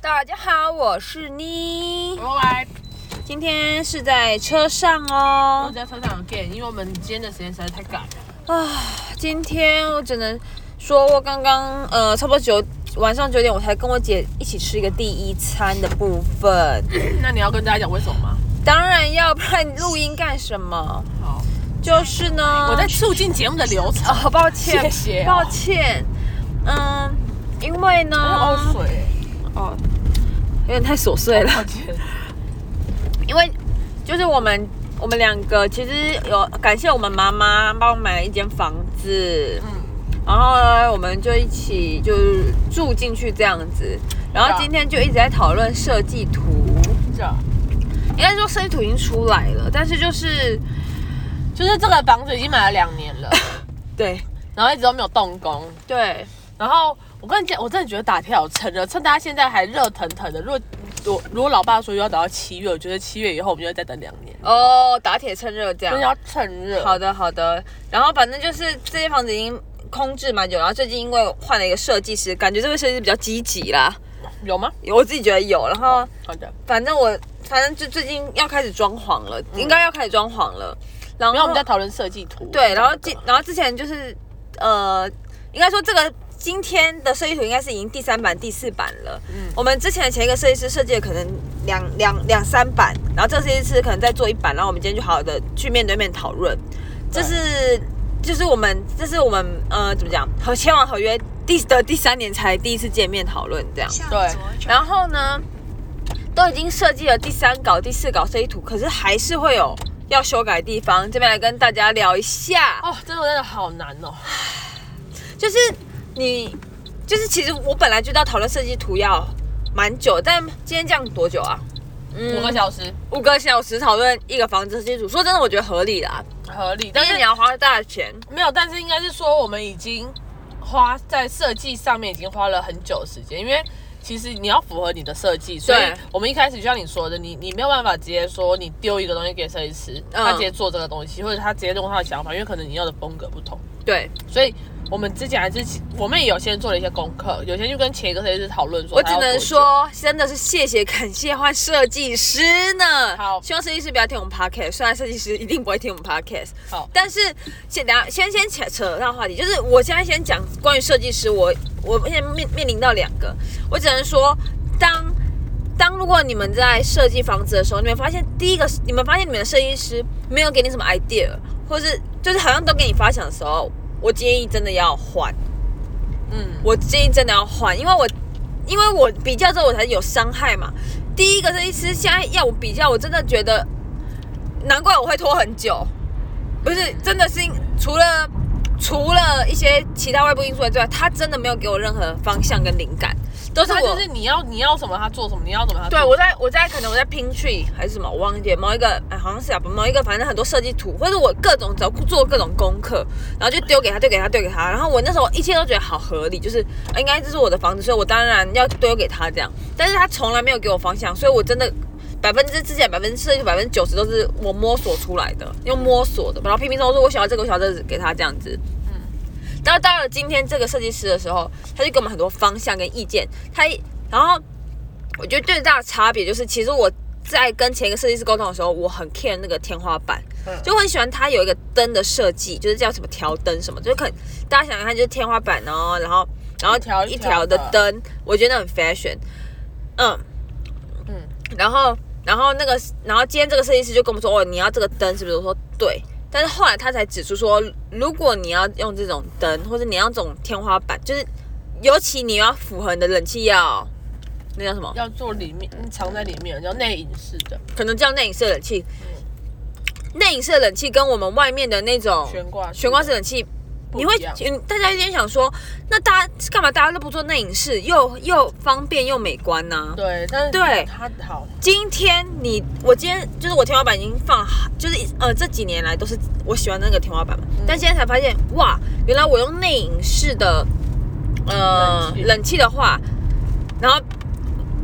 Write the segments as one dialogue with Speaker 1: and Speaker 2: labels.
Speaker 1: 大家好，我是妮，
Speaker 2: 我来，
Speaker 1: 今天是在车上
Speaker 2: 我
Speaker 1: 哦。
Speaker 2: 在车上 again，因为我们今天的时间实在太赶了。
Speaker 1: 啊，今天我只能说，我刚刚呃，差不多九晚上九点，我才跟我姐一起吃一个第一餐的部分。
Speaker 2: 那你要跟大家讲为什么吗？
Speaker 1: 当然要，不然录音干什么？
Speaker 2: 好，
Speaker 1: 就是呢，
Speaker 2: 我在促进节目的流程。
Speaker 1: 哦，抱歉，
Speaker 2: 谢谢哦
Speaker 1: 抱歉，嗯，因为呢，
Speaker 2: 哦，水，
Speaker 1: 哦，有点太琐碎了。
Speaker 2: 抱歉。
Speaker 1: 因为就是我们我们两个其实有感谢我们妈妈帮我买了一间房子，
Speaker 2: 嗯，
Speaker 1: 然后呢我们就一起就是住进去这样子，然后今天就一直在讨论设计图，
Speaker 2: 这样
Speaker 1: 应该说设计图已经出来了，但是就是
Speaker 2: 就是这个房子已经买了两年了，
Speaker 1: 对
Speaker 2: 然后一直都没有动工。
Speaker 1: 对
Speaker 2: 然后我跟你讲，我真的觉得打铁好趁热，趁大家现在还热腾腾的。如果我如果老爸说要等到七月，我觉得七月以后我们就会再等两年，
Speaker 1: 哦，打铁趁热这样
Speaker 2: 真的。要趁热。
Speaker 1: 好的好的，然后反正就是这间房子已经空置蛮久，然后最近因为换了一个设计师，感觉这位设计师比较积极啦，
Speaker 2: 有吗？
Speaker 1: 我自己觉得有，然后。
Speaker 2: 好的，
Speaker 1: 反正我反正就最近要开始装潢了，应该要开始装潢了。然后
Speaker 2: 嗯然后我们在讨论设计图。哦
Speaker 1: 对，然后今然后之前就是呃，应该说这个今天的设计图应该是已经第三版、第四版了。
Speaker 2: 嗯
Speaker 1: 我们之前前一个设计师设计了可能两两两三版，然后这个设计师可能再做一版，然后我们今天就好好的去面对面讨论。这是就是我们这是我们呃怎么讲和签完合约第的第三年才第一次见面讨论这样。
Speaker 2: 对
Speaker 3: 对，然
Speaker 1: 然
Speaker 3: 后
Speaker 1: 后呢，都已经设计了第三稿、第四稿设计图，可是还是会有要修改的地方。这边来跟大家聊一下，
Speaker 2: 哦，真的真的好难哦。
Speaker 1: 就是你，就是其实我本来就知道讨论设计图要蛮久，但今天这样多久啊？
Speaker 2: 五个小时
Speaker 1: 五个小时讨论一个房子设计图，说真的，我觉得合理啦。
Speaker 2: 合理，但
Speaker 1: 但是
Speaker 2: 是
Speaker 1: 你要花大的钱，
Speaker 2: 没有，但是应该是说我们已经花在设计上面已经花了很久的时间，因为其实你要符合你的设计，所以
Speaker 1: 对
Speaker 2: 我们一开始就像你说的，你你没有办法直接说你丢一个东西给设计师，
Speaker 1: 嗯
Speaker 2: 他直接做这个东西，或者他直接用他的想法，因为可能你要的风格不同，
Speaker 1: 对
Speaker 2: 所以。我们之前还是我们也有先做了一些功课，有些就跟前一个设计师讨论说，
Speaker 1: 我只能，说，真的是谢谢感谢换设计师呢。
Speaker 2: 好
Speaker 1: 希望设计师不要听我们 podcast，虽然设计师一定不会听我们 podcast，
Speaker 2: 好，
Speaker 1: 但是先等下先先扯扯上话题，就是我现在先讲关于设计师，我我现在面面临到两个，我只能说当。当如果你们在设计房子的时候，你们发现第一个，你们发现你们的设计师没有给你什么 idea，或是就是好像都给你发想的时候，我建议真的要换。
Speaker 2: 嗯，
Speaker 1: 我建议真的要换，因为我因为我比较之后我才有伤害嘛。第一个设计师现在要我比较，我真的觉得难怪我会拖很久，不是真的是因除了除了一些其他外部因素之外，他真的没有给我任何方向跟灵感，都是
Speaker 2: 他
Speaker 1: 我
Speaker 2: 就是你要你要什么他做什么，你要什么他做
Speaker 1: 啊对
Speaker 2: 什么
Speaker 1: 我在我在可能我在 Pinterest 还是什么，我忘记了某一个、哎、好像是啊，某一个反正很多设计图，或者我各种只要做各种功课，然后就丢给他，丢给他，丢给他。然后我那时候一切都觉得好合理，就是、呃应该这是我的房子，所以我当然要丢给他这样。但是他从来没有给我方向，所以我真的 百分之之前百分之设计百分之九十都是我摸索出来的，用摸索的，然后拼拼凑凑，我想要这个，我想要这个，给他这样子。然后到了今天这个设计师的时候，他就给我们很多方向跟意见。他一然后我觉得最大的差别就是，其实我在跟前一个设计师沟通的时候，我很 care 那个天花板，
Speaker 2: 嗯
Speaker 1: 就我很喜欢它有一个灯的设计，就是叫什么调灯什么，就是可大家想想看，就是天花板哦，然后然后
Speaker 2: 一条
Speaker 1: 一
Speaker 2: 一
Speaker 1: 条
Speaker 2: 条
Speaker 1: 的
Speaker 2: 的
Speaker 1: 灯，我觉得很 fashion，嗯。
Speaker 2: 嗯
Speaker 1: 然后，然后那个，然后今天这个设计师就跟我们说，哦，你要这个灯是不是？我说对，但是后来他才指出说，如果你要用这种灯，或者你要这种天花板，就是尤其你要符合你的冷气要，那叫什么？
Speaker 2: 要做里面藏在里面叫内隐式的
Speaker 1: 可能叫内隐式的冷气。内隐式的冷气跟我们外面的那种
Speaker 2: 悬挂式
Speaker 1: 哦悬挂式冷气，
Speaker 2: 不
Speaker 1: 你会
Speaker 2: 一样
Speaker 1: 嗯大家一定想说，那大家干嘛大家都不做内隐式，又又方便又美观呢、
Speaker 2: 对，但是
Speaker 1: 对
Speaker 2: 它好，
Speaker 1: 今天你，我今天就是我天花板已经放好，就是呃这几年来都是我喜欢那个天花板嘛，但现在才发现，哇，原来我用内隐式的呃
Speaker 2: 冷气
Speaker 1: 冷气的话，然后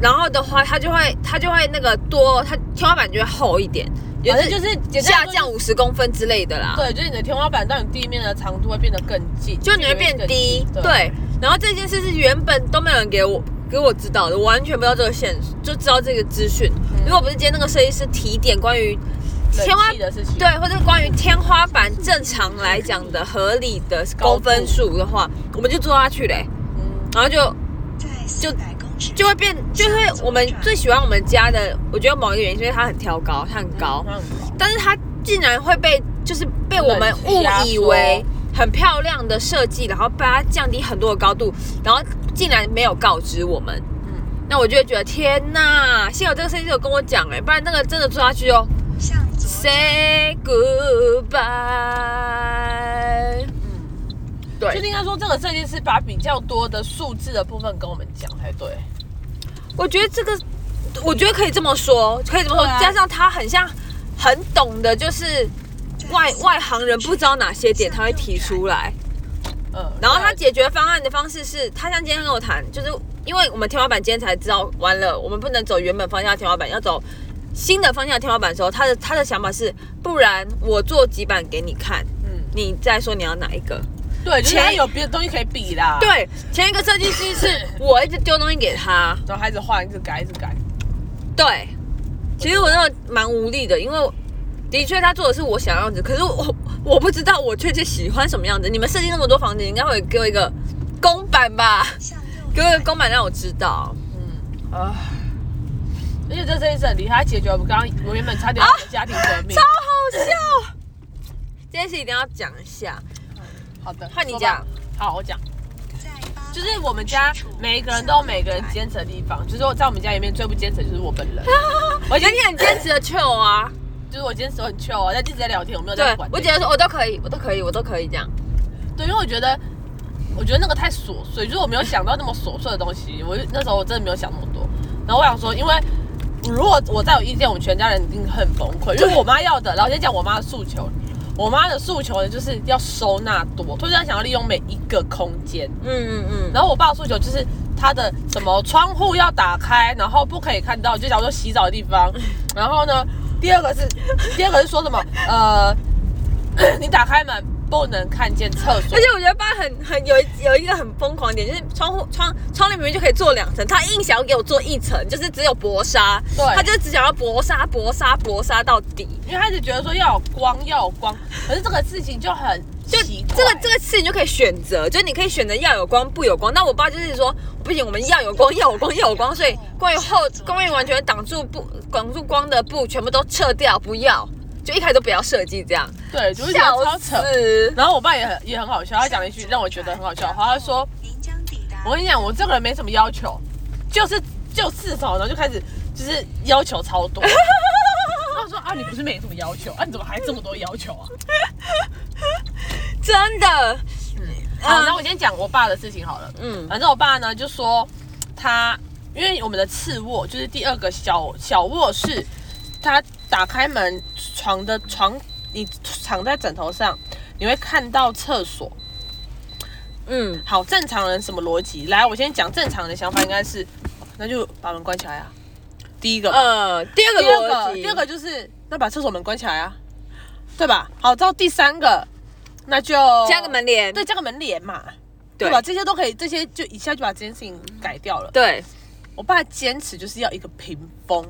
Speaker 1: 然后的话，它就会它就会那个多，它天花板就会厚一点，也
Speaker 2: 反正
Speaker 1: 是
Speaker 2: 就是简单
Speaker 1: 下
Speaker 2: 来说
Speaker 1: 降五十公分之类的啦。
Speaker 2: 对，就是你的天花板到你地面的长度会变得更近，
Speaker 1: 就你会变低
Speaker 2: 距离会更近，
Speaker 1: 对。然后这件事是原本都没有人给我给我知道的，我完全不知道这个线，就知道这个资讯。如果不是今天那个设计师提点关于天花
Speaker 2: 嗯冷气的事情
Speaker 1: 对，或者是关于天花板正常来讲的合理的公分数的话，我们就做下去嘞、
Speaker 2: 嗯，
Speaker 1: 然后就
Speaker 3: 就公尺
Speaker 1: 就会变，就是会我们最喜欢我们家的，我觉得某一个原因是因为它很挑高，它很高，
Speaker 2: 那很高
Speaker 1: 但是它竟然会被就是被我们误以为很漂亮的设计，然后把它降低很多的高度，然后竟然没有告知我们，
Speaker 2: 嗯，
Speaker 1: 那我就会觉得天呐，幸好这个设计师有跟我讲哎、不然那个真的做下去哦
Speaker 3: 向左
Speaker 1: ，say goodbye，
Speaker 2: 嗯，就是
Speaker 1: 对，
Speaker 2: 应该说这个设计师把比较多的数字的部分跟我们讲才对。
Speaker 1: 我觉得这个，我觉得可以这么说，可以这么说，
Speaker 2: 对啊
Speaker 1: 加上他很像很懂的，就是外外行人不知道哪些点他会提出来，
Speaker 2: 嗯，
Speaker 1: 然后他解决方案的方式是，他像今天跟我谈，就是因为我们天花板今天才知道，完了我们不能走原本方向的天花板，要走新的方向的天花板的时候，他的他的想法是，不然我做几版给你看，
Speaker 2: 嗯，
Speaker 1: 你再说你要哪一个。
Speaker 2: 对，就是他
Speaker 1: 前
Speaker 2: 有别的东西可以比啦。，
Speaker 1: 对，前一个设计师是我一直丢东西给他，
Speaker 2: 然后他一直换，一直改，一直改。
Speaker 1: 对，其实我那时候蛮无力的，因为的确他做的是我想要的，可是我我不知道我确切喜欢什么样子。你们设计那么多房子，你应该会给我一个公版吧？
Speaker 3: 向右
Speaker 1: 给我一个公版让我知道。
Speaker 2: 嗯啊，而且这设计师很厉害，他解决我们刚刚我原本差点要家庭革命。
Speaker 1: 好笑。这件事一定要讲一下，
Speaker 2: 好的，
Speaker 1: 换你
Speaker 2: 说吧
Speaker 1: 讲。
Speaker 2: 好，我讲，
Speaker 3: 在八
Speaker 2: 就是我们家每一个人都有每个人坚持的地方，就是我在我们家里面最不坚持的就是我本人，
Speaker 1: 我觉得你很坚持的 chill 啊，
Speaker 2: 就是我坚持我很 chill 啊，在一直在聊天，我没有在
Speaker 1: 对
Speaker 2: 管。
Speaker 1: 我姐姐说我都可以，我都可以，我都可以这样。
Speaker 2: 对，因为我觉得，我觉得那个太琐碎，就是我没有想到那么琐碎的东西。我就那时候我真的没有想那么多。然后我想说，因为如果我再有意见，我们全家人一定很崩溃。因为我妈要的，然后先讲我妈的诉求。我妈的诉求呢，就是要收纳多，突然想要利用每一个空间。
Speaker 1: 嗯嗯嗯，
Speaker 2: 然后我爸的诉求就是他的什么窗户要打开，然后不可以看到，就假如说洗澡的地方。然后 呢，第二个是第二个是说什么？呃， 你打开门不能看见厕所
Speaker 1: 而。且我觉得爸很很有一有一个很疯狂的点，就是窗户窗窗帘明明就可以做两层，他硬想要给我做一层，就是只有薄纱，
Speaker 2: 对
Speaker 1: 他就只想要薄纱薄纱薄纱到底。
Speaker 2: 因为他就觉得说要有光，要有光，可是这个事情就很
Speaker 1: 就
Speaker 2: 奇怪
Speaker 1: 这个这个事情就可以选择，就是你可以选择要有光不有光。那我爸就是说，不行，我们要有光， 要有光，要有光。所以关于后关于完全挡住布挡住光的布全部都撤掉，不要，就一开始都不要设计这样，
Speaker 2: 对，就是觉得超
Speaker 1: 笑
Speaker 2: 扯。
Speaker 1: 死。
Speaker 2: 然后我爸也很也很好笑，他讲了一句让我觉得很好笑的话，他说
Speaker 3: 您将抵达：“
Speaker 2: 我跟你讲，我这个人没什么要求，就是就是什么，然后就开始就是要求超多。”然后我说：“啊，你不是没什么要求啊？你怎么还这么多要求啊？”
Speaker 1: 真的，
Speaker 2: 好，那我先讲我爸的事情好了。
Speaker 1: 嗯
Speaker 2: 反正我爸呢就说他，因为我们的次卧就是第二个小小卧室，他打开门床的床，你躺在枕头上，你会看到厕所。
Speaker 1: 嗯，
Speaker 2: 好，正常人什么逻辑？来，我先讲正常人的想法应该是，那就把门关起来啊。第一个吧，
Speaker 1: 呃，第二个
Speaker 2: 第二
Speaker 1: 逻
Speaker 2: 个，
Speaker 1: 辑，
Speaker 2: 第二个就是那把厕所门关起来啊，对吧？好，到第三个，那就
Speaker 1: 加个门帘，
Speaker 2: 对，加个门帘嘛，
Speaker 1: 对
Speaker 2: 对吧？这些都可以，这些就一下就把这件事情改掉了。
Speaker 1: 对，
Speaker 2: 我爸坚持就是要一个屏风，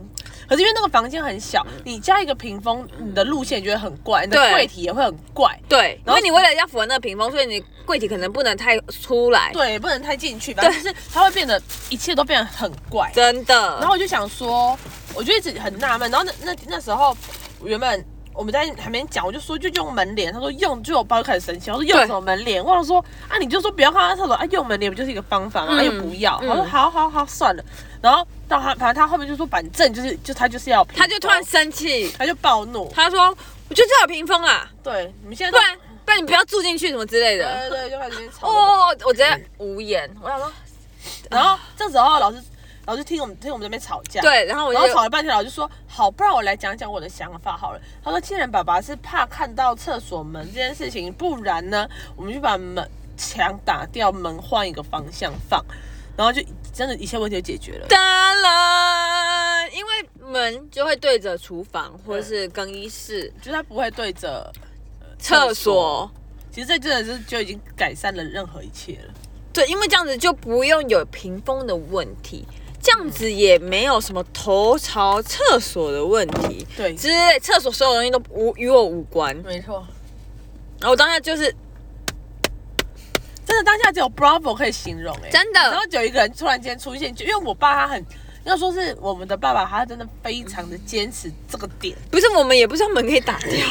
Speaker 2: 可是因为那个房间很小，你加一个屏风，你的路线就会很怪，你的
Speaker 1: 嗯对
Speaker 2: 柜体也会很怪。
Speaker 1: 对，因
Speaker 2: 然后
Speaker 1: 为你为了要符合那个屏风，所以你柜体可能不能太出来，
Speaker 2: 对，也不能太进去，反正就是它会变得一切都变得很怪。
Speaker 1: 真的。
Speaker 2: 然后我就想说，我就一直很纳闷。然后那那那时候，原本我们在还没讲，我就说就用门帘，他说用，就我爸就开始生气，我说用
Speaker 1: 对
Speaker 2: 什么门帘？我想说啊，你就说不要看到厕所啊，用门帘不就是一个方法吗？
Speaker 1: 嗯
Speaker 2: 啊，又不要，
Speaker 1: 嗯
Speaker 2: 我说好好好算了。然后到他，反正他后面就说，反正就是就他就是要，
Speaker 1: 他就突然生气，
Speaker 2: 他就暴怒，
Speaker 1: 他说：“我就这有屏风啦，
Speaker 2: 对，你们现在
Speaker 1: 不
Speaker 2: 都
Speaker 1: 然不然你不要住进去什么之类
Speaker 2: 对
Speaker 1: 的。
Speaker 2: 对对，就开始在那边”吵。
Speaker 1: 哦，我直接无言。我想说，
Speaker 2: 然后这时候老师老师听我们听我们这边吵架，
Speaker 1: 对，然后我
Speaker 2: 然后
Speaker 1: 就
Speaker 2: 吵了半天，老师就说：“好，不然我来讲讲我的想法好了。”他说：“既然爸爸是怕看到厕所门这件事情，不然呢，我们就把门墙打掉，门换一个方向放，然后就真的一切问题就解决了。
Speaker 1: 当然，因为门就会对着厨房或者是更衣室、
Speaker 2: 就是他不会对着，
Speaker 1: 厕所
Speaker 2: 厕所。其实这真的是就已经改善了任何一切了。
Speaker 1: 对，因为这样子就不用有屏风的问题，这样子也没有什么头朝厕所的问题
Speaker 2: 对
Speaker 1: 之类，厕所所有东西都无与我无关。
Speaker 2: 没错。
Speaker 1: 然后我当下就是
Speaker 2: 真的当下只有 Bravo 可以形容哎、
Speaker 1: 真的
Speaker 2: 然后有一个人突然间出现，就因为我爸他很，要说是我们的爸爸，他真的非常的坚持这个点。
Speaker 1: 不是我们也不知道门可以打掉，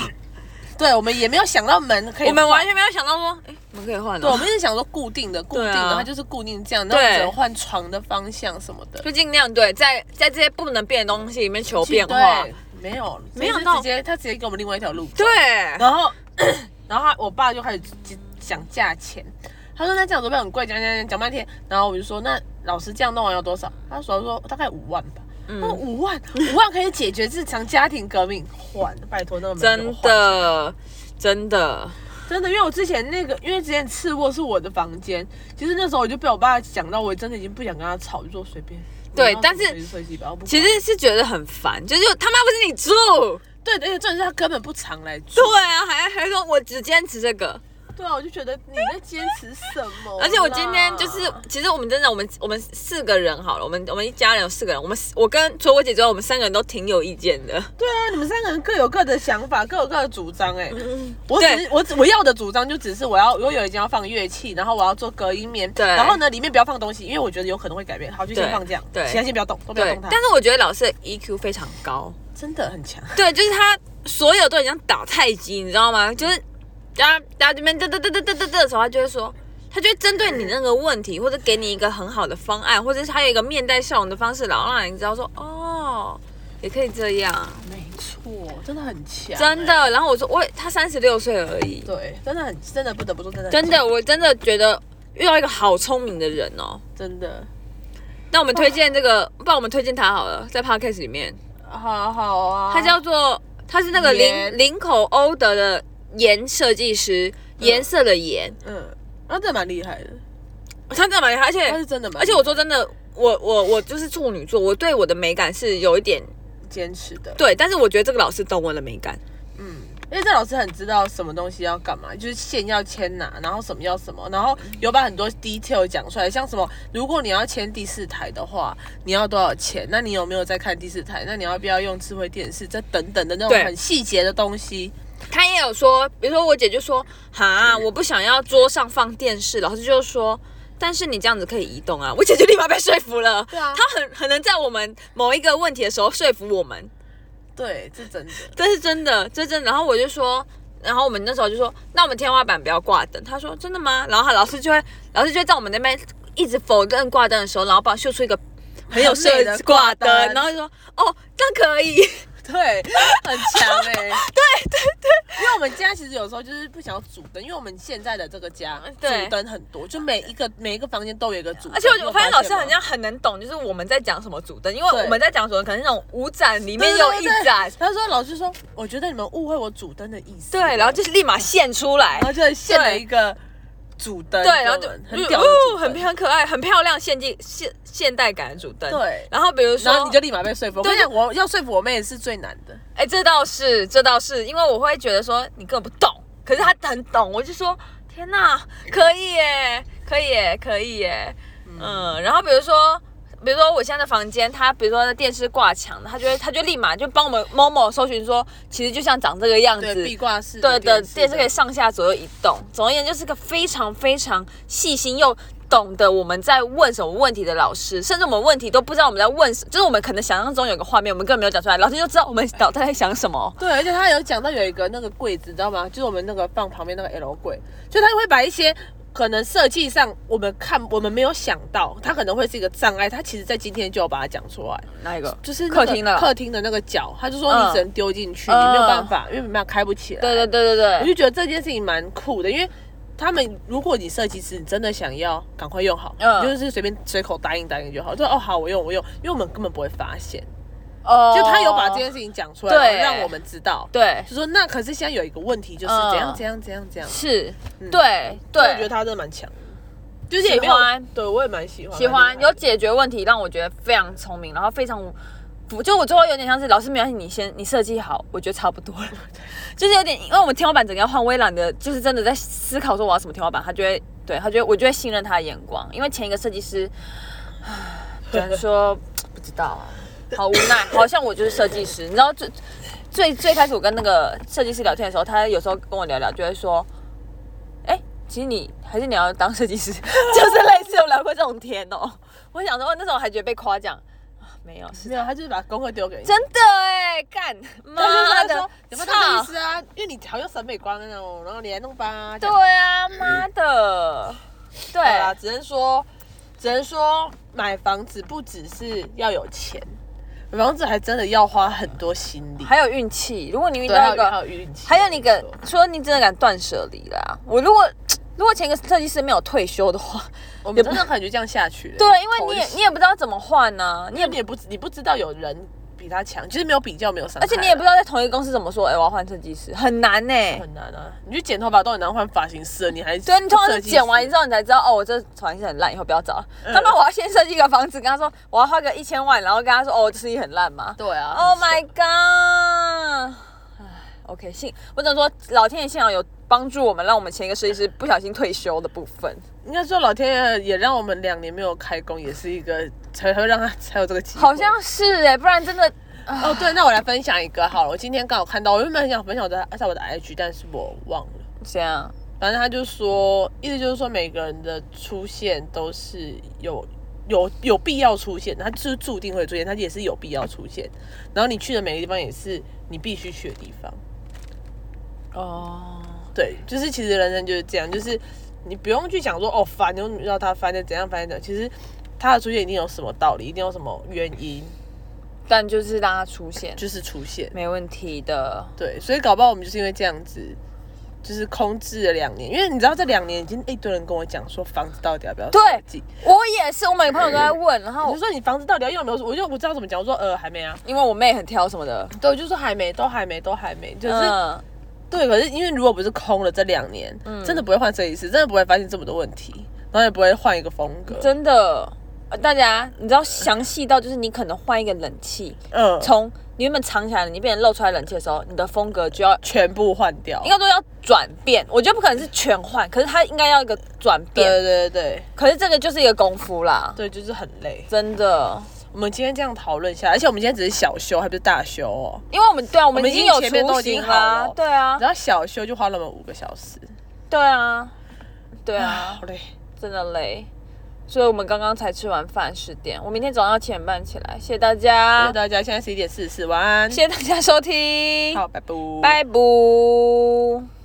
Speaker 2: 对，我们也没有想到门可以换，
Speaker 1: 哎我们完全没有想到说，哎，门可以换
Speaker 2: 对，我
Speaker 1: 了，
Speaker 2: 们一直想说固定的，固定
Speaker 1: 对
Speaker 2: 的，
Speaker 1: 啊
Speaker 2: 它就是固定这样，那
Speaker 1: 对
Speaker 2: 我们只能换床的方向什么的。
Speaker 1: 就尽量对，在在这些不能变的东西里面求变化。
Speaker 2: 对，没有，
Speaker 1: 没想
Speaker 2: 他
Speaker 1: 到
Speaker 2: 直接他直接给我们另外一条路。
Speaker 1: 对，
Speaker 2: 然后 然后他我爸就开始讲价钱，他说那这样子会不会很贵？讲讲讲讲半天，然后我就说那老师这样弄完要多少？他说说大概五万吧。他说五万，五万可以解决日常家庭革命，换，拜托那个门给我
Speaker 1: 真
Speaker 2: 换
Speaker 1: 的真的，
Speaker 2: 真的，因为我之前那个，因为之前次卧是我的房间，其实那时候我就被我爸讲到，我真的已经不想跟他吵，就说随便。
Speaker 1: 对
Speaker 2: 你要
Speaker 1: 但是
Speaker 2: 随便随便吧我不管
Speaker 1: 其实是觉得很烦，就是他妈不是你住，
Speaker 2: 对，而且重点是他根本不常来住。
Speaker 1: 对啊，还还说我只坚持这个，
Speaker 2: 对啊，我就觉得你在坚持什哦么啦？
Speaker 1: 而且我今天就是，其实我们真的，我们我们四个人好了，我们我们一家人有四个人，我们四我跟除了我姐之外，我们三个人都挺有意见的。
Speaker 2: 对啊，你们三个人各有各的想法，各有各的主张。哎，我
Speaker 1: 嗯对
Speaker 2: 只是我只我要的主张就只是我要我有一间要放乐器，然后我要做隔音棉，
Speaker 1: 对
Speaker 2: 然后呢里面不要放东西，因为我觉得有可能会改变。好，就先
Speaker 1: 对
Speaker 2: 放这样，
Speaker 1: 对
Speaker 2: 其他先不要动，都不要
Speaker 1: 对
Speaker 2: 动，它。
Speaker 1: 但是我觉得老师的 EQ 非常高，
Speaker 2: 真的很强。
Speaker 1: 对，就是他所有都很像打太极，你知道吗？就是大家大家这边嘚嘚嘚嘚嘚嘚嘚的时候，他就会说。他就会针对你那个问题，或者给你一个很好的方案，或者是他有一个面带笑容的方式，然后让人知道说，哦，也可以这样，
Speaker 2: 没错，真的很强，
Speaker 1: 真
Speaker 2: 哎。
Speaker 1: 的。然后我说，我也他三十六岁而已，
Speaker 2: 对，真的很，真的不得不说，真的很
Speaker 1: 真的，我真的觉得遇到一个好聪明的人哦。
Speaker 2: 真的，
Speaker 1: 那我们推荐这个，不然我们推荐他好了，在 podcast 里面，
Speaker 2: 好好啊。
Speaker 1: 他叫做他是那个林
Speaker 2: 颜
Speaker 1: 林口欧德的颜设计师，颜色的颜，
Speaker 2: 嗯，那真的蛮厉害的，
Speaker 1: 他真的蛮厉害，而
Speaker 2: 他是
Speaker 1: 且
Speaker 2: 真的蛮厉害，
Speaker 1: 嗯而且我说真的，我我我就是处女座，我对我的美感是有一点
Speaker 2: 坚持的，
Speaker 1: 对，但是我觉得这个老师懂我的美感，
Speaker 2: 嗯，因为这老师很知道什么东西要干嘛，就是线要签哪，然后什么要什么，然后有把很多 detail 讲出来，像什么，如果你要签第四台的话，你要多少钱？那你有没有在看第四台？那你要不要用智慧电视？这等等的那
Speaker 1: 对
Speaker 2: 种很细节的东西，
Speaker 1: 他也有说，比如说我姐就说，哈，
Speaker 2: 嗯
Speaker 1: 我不想要桌上放电视，老师就说。但是你这样子可以移动啊，我姐就立马被说服了。
Speaker 2: 对啊
Speaker 1: 她很很能在我们某一个问题的时候说服我们，
Speaker 2: 对，这真的，
Speaker 1: 这是真的，这是真的。然后我就说，然后我们那时候就说，那我们天花板不要挂灯。他说真的吗？然后他老师就会， 老师就会在我们那边一直否认挂灯的时候，然后把秀出一个很有设
Speaker 2: 很美
Speaker 1: 计
Speaker 2: 的
Speaker 1: 挂
Speaker 2: 挂
Speaker 1: 灯
Speaker 2: 灯，
Speaker 1: 然后就说哦，这样可以。
Speaker 2: 对，很强哎、 对对对，因为我们家其实有时候就是不想要主灯，因为我们现在的这个家主
Speaker 1: 对
Speaker 2: 灯很多，就每一个嗯每一个房间都有一个主灯，
Speaker 1: 而且
Speaker 2: 你
Speaker 1: 我
Speaker 2: 有
Speaker 1: 我发现老师
Speaker 2: 吗
Speaker 1: 好像很能懂，就是我们在讲什么主灯，因为
Speaker 2: 对
Speaker 1: 我们在讲什么，可能那种五盏里面
Speaker 2: 对
Speaker 1: 有
Speaker 2: 对
Speaker 1: 一
Speaker 2: 对
Speaker 1: 盏，
Speaker 2: 他说老师说，我觉得你们误会我主灯的意思。
Speaker 1: 对，然后就是立马现出来
Speaker 2: 然，后就献了
Speaker 1: 对
Speaker 2: 一个主灯给
Speaker 1: 对，
Speaker 2: 我们，
Speaker 1: 然后就
Speaker 2: 很屌的主
Speaker 1: 哦，
Speaker 2: 灯
Speaker 1: 很漂很可爱，很漂亮，现今现现代感的主灯。
Speaker 2: 对
Speaker 1: 然后比如说，
Speaker 2: 然后你就立马被说服。我
Speaker 1: 对
Speaker 2: 跟你讲，我要说服我妹是最难的。
Speaker 1: 哎、这倒是，这倒是，因为我会觉得说你根本不懂，可是他很懂，我就说天哪，可以耶，可以耶，可以耶，嗯，然后比如说。比如说我现在的房间，他比如说在电视挂墙，他就会他就立马就帮我们某某搜寻说，其实就像长这个样子，
Speaker 2: 对，壁挂式
Speaker 1: 对的，电视可以
Speaker 2: 的
Speaker 1: 上下左右移动。总而言之，是个非常非常细心又懂得我们在问什么问题的老师，甚至我们问题都不知道我们在问什，就是我们可能想象中有个画面，我们根本没有讲出来，老师就知道我们脑袋在想什么。
Speaker 2: 对，而且他有讲到有一个那个柜子，你知道吗？就是我们那个放旁边那个 L 柜，就他会把一些可能设计上我们看我们没有想到，它可能会是一个障碍，他其实在今天就有把它讲出来。
Speaker 1: 哪一个？
Speaker 2: 就是那
Speaker 1: 客
Speaker 2: 个
Speaker 1: 厅的。
Speaker 2: 客厅的那个角，他就说
Speaker 1: 嗯
Speaker 2: 你只能丢进去，
Speaker 1: 嗯
Speaker 2: 你没有办法，因为没办法开不起来。
Speaker 1: 对对对
Speaker 2: 我
Speaker 1: 对
Speaker 2: 就觉得这件事情蛮酷的，因为他们如果你设计师，你真的想要赶快用好，
Speaker 1: 嗯
Speaker 2: 你就是随便随口答应答应就好，就说哦好我用我用，因为我们根本不会发现，
Speaker 1: 对。哦
Speaker 2: 就他有把这件事情讲出来，
Speaker 1: 对
Speaker 2: 然后让我们知道，
Speaker 1: 对
Speaker 2: 就说那可是现在有一个问题就是
Speaker 1: 嗯
Speaker 2: 怎样怎样怎样怎样，
Speaker 1: 是，
Speaker 2: 嗯
Speaker 1: 对
Speaker 2: 所以我觉
Speaker 1: 对，
Speaker 2: 得他真的蛮强的，就是也没有
Speaker 1: 喜欢
Speaker 2: 对我也蛮喜欢，
Speaker 1: 喜欢
Speaker 2: 蛮厉害
Speaker 1: 有
Speaker 2: 的
Speaker 1: 解决问题，让我觉得非常聪明，然后非常不就我最后有点像是老师没关系，你先你设计好，我觉得差不多了，就是有点因为我们天花板整个要换，我也懒得就是真的在思考说我要什么天花板，他就会对他就会我就会信任他的眼光，因为前一个设计 师，唉只能说不知道啊，好无奈，好像我就是设计师，你知道最最最开始我跟那个设计师聊天的时候，他有时候跟我聊聊就会说，哎、其实你还是你要当设计师， 就是类似有聊过这种天哦，我想说那时候还觉得被夸奖。啊没有，是
Speaker 2: 没有，他就是把功课丢给你。
Speaker 1: 真的哎，干妈
Speaker 2: 他就
Speaker 1: 的
Speaker 2: 是说，你要不要当律师啊？因为你好像审美观那种，然后你来弄吧。这
Speaker 1: 对
Speaker 2: 样
Speaker 1: 啊，妈的，对
Speaker 2: 对啊，只能说，只能说买房子不只是要有钱，买房子还真的要花很多心力，
Speaker 1: 还有运气。如果你遇
Speaker 2: 对
Speaker 1: 到
Speaker 2: 还
Speaker 1: 一
Speaker 2: 有还有
Speaker 1: 个，
Speaker 2: 运气，
Speaker 1: 还有你个
Speaker 2: 没错
Speaker 1: 说你真的敢断舍离啦。我如果如果前一个设计师没有退休的话，
Speaker 2: 我
Speaker 1: 也
Speaker 2: 们
Speaker 1: 不
Speaker 2: 真的很就这样下去了。
Speaker 1: 对，啊因为你也
Speaker 2: 同
Speaker 1: 你也不知道怎么换呢，你
Speaker 2: 你
Speaker 1: 也
Speaker 2: 也
Speaker 1: 不
Speaker 2: 你也不知你不知道有人比他强，就是没有比较没有伤害啊，
Speaker 1: 而且你也不知道在同一个公司怎么说，哎，我要换设计师，很难哎呢。
Speaker 2: 很难啊。你去剪头发都很难换发型师了，你还
Speaker 1: 对，你通常是
Speaker 2: 设计师嗯
Speaker 1: 剪完之后你才知道，哦，我这发型很烂，以后不要找了。他妈，我要先设计一个房子，跟他说我要花个一千万，然后跟他说，哦，我这生意很烂 嘛。
Speaker 2: 对啊
Speaker 1: Oh my god！唉，OK，幸我只能说老天爷幸好有帮助我们，让我们前一个设计师不小心退休的部分。
Speaker 2: 应该说老天爷也让我们两年没有开工，也是一个才会让他才有这个机会。
Speaker 1: 好像是哎、不然真的
Speaker 2: 哦，对，那我来分享一个好了。我今天刚好看到，我原本很想分享我的在我的 IG，但是我忘了。
Speaker 1: 这样。
Speaker 2: 反正他就说，意思就是说每个人的出现都是有有有必要出现，他就是注定会出现，他也是有必要出现。然后你去的每个地方也是你必须去的地方。
Speaker 1: 哦，
Speaker 2: 对，就是其实人生就是这样，就是你不用去想说哦烦，你遇到他烦的怎样烦的，其实他的出现一定有什么道理，一定有什么原因，
Speaker 1: 但就是让它出 现，
Speaker 2: 就是出现。
Speaker 1: 没问题的。
Speaker 2: 对，所以搞不好我们就是因为这样子，就是空置了两年，因为你知道这两年已经一堆人跟我讲说房子到底要不要
Speaker 1: 对
Speaker 2: 设计，
Speaker 1: 我也是，我每个朋友都在问，然
Speaker 2: 我
Speaker 1: 后
Speaker 2: 就说你房子到底要用没有？我就我知道怎么讲，我说呃还没啊，
Speaker 1: 因为我妹很挑什么的，
Speaker 2: 对，我就说还没，都还没，都还没，就是、
Speaker 1: 嗯，
Speaker 2: 对，可是因为如果不是空了这两年，真的不会换设计师，真的不会发现这么多问题，然后也不会换一个风格，
Speaker 1: 真的。呃大家，你知道详细到就是你可能换一个冷气，
Speaker 2: 嗯，
Speaker 1: 从你原本藏起来的，你变成露出来冷气的时候，你的风格就要
Speaker 2: 全部换掉
Speaker 1: 应，该说要转变，我觉得不可能是全换，可是它应该要一个转
Speaker 2: 对
Speaker 1: 变。
Speaker 2: 对对对
Speaker 1: 可是这个就是一个功夫啦，
Speaker 2: 对，就是很累。
Speaker 1: 真的，
Speaker 2: 我们今天这样讨论下来，而且我们今天只是小修，还不是大修哦。
Speaker 1: 因为我们对啊，我们
Speaker 2: 们
Speaker 1: 已
Speaker 2: 已
Speaker 1: 经
Speaker 2: 经
Speaker 1: 有
Speaker 2: 前面都
Speaker 1: 雏
Speaker 2: 已经
Speaker 1: 形
Speaker 2: 好
Speaker 1: 啦
Speaker 2: 了，
Speaker 1: 对啊，
Speaker 2: 然后小修就花了我们五个小时，
Speaker 1: 对啊，对啊
Speaker 2: 好，累。
Speaker 1: 真的累。所以我们刚刚才吃完饭，十点。我明天早上要七点半起来。谢谢大
Speaker 2: 谢
Speaker 1: 家
Speaker 2: 谢，大家，现在十一点四十四，晚安。
Speaker 1: 谢谢大家收听，
Speaker 2: 好，拜拜。
Speaker 1: 拜拜。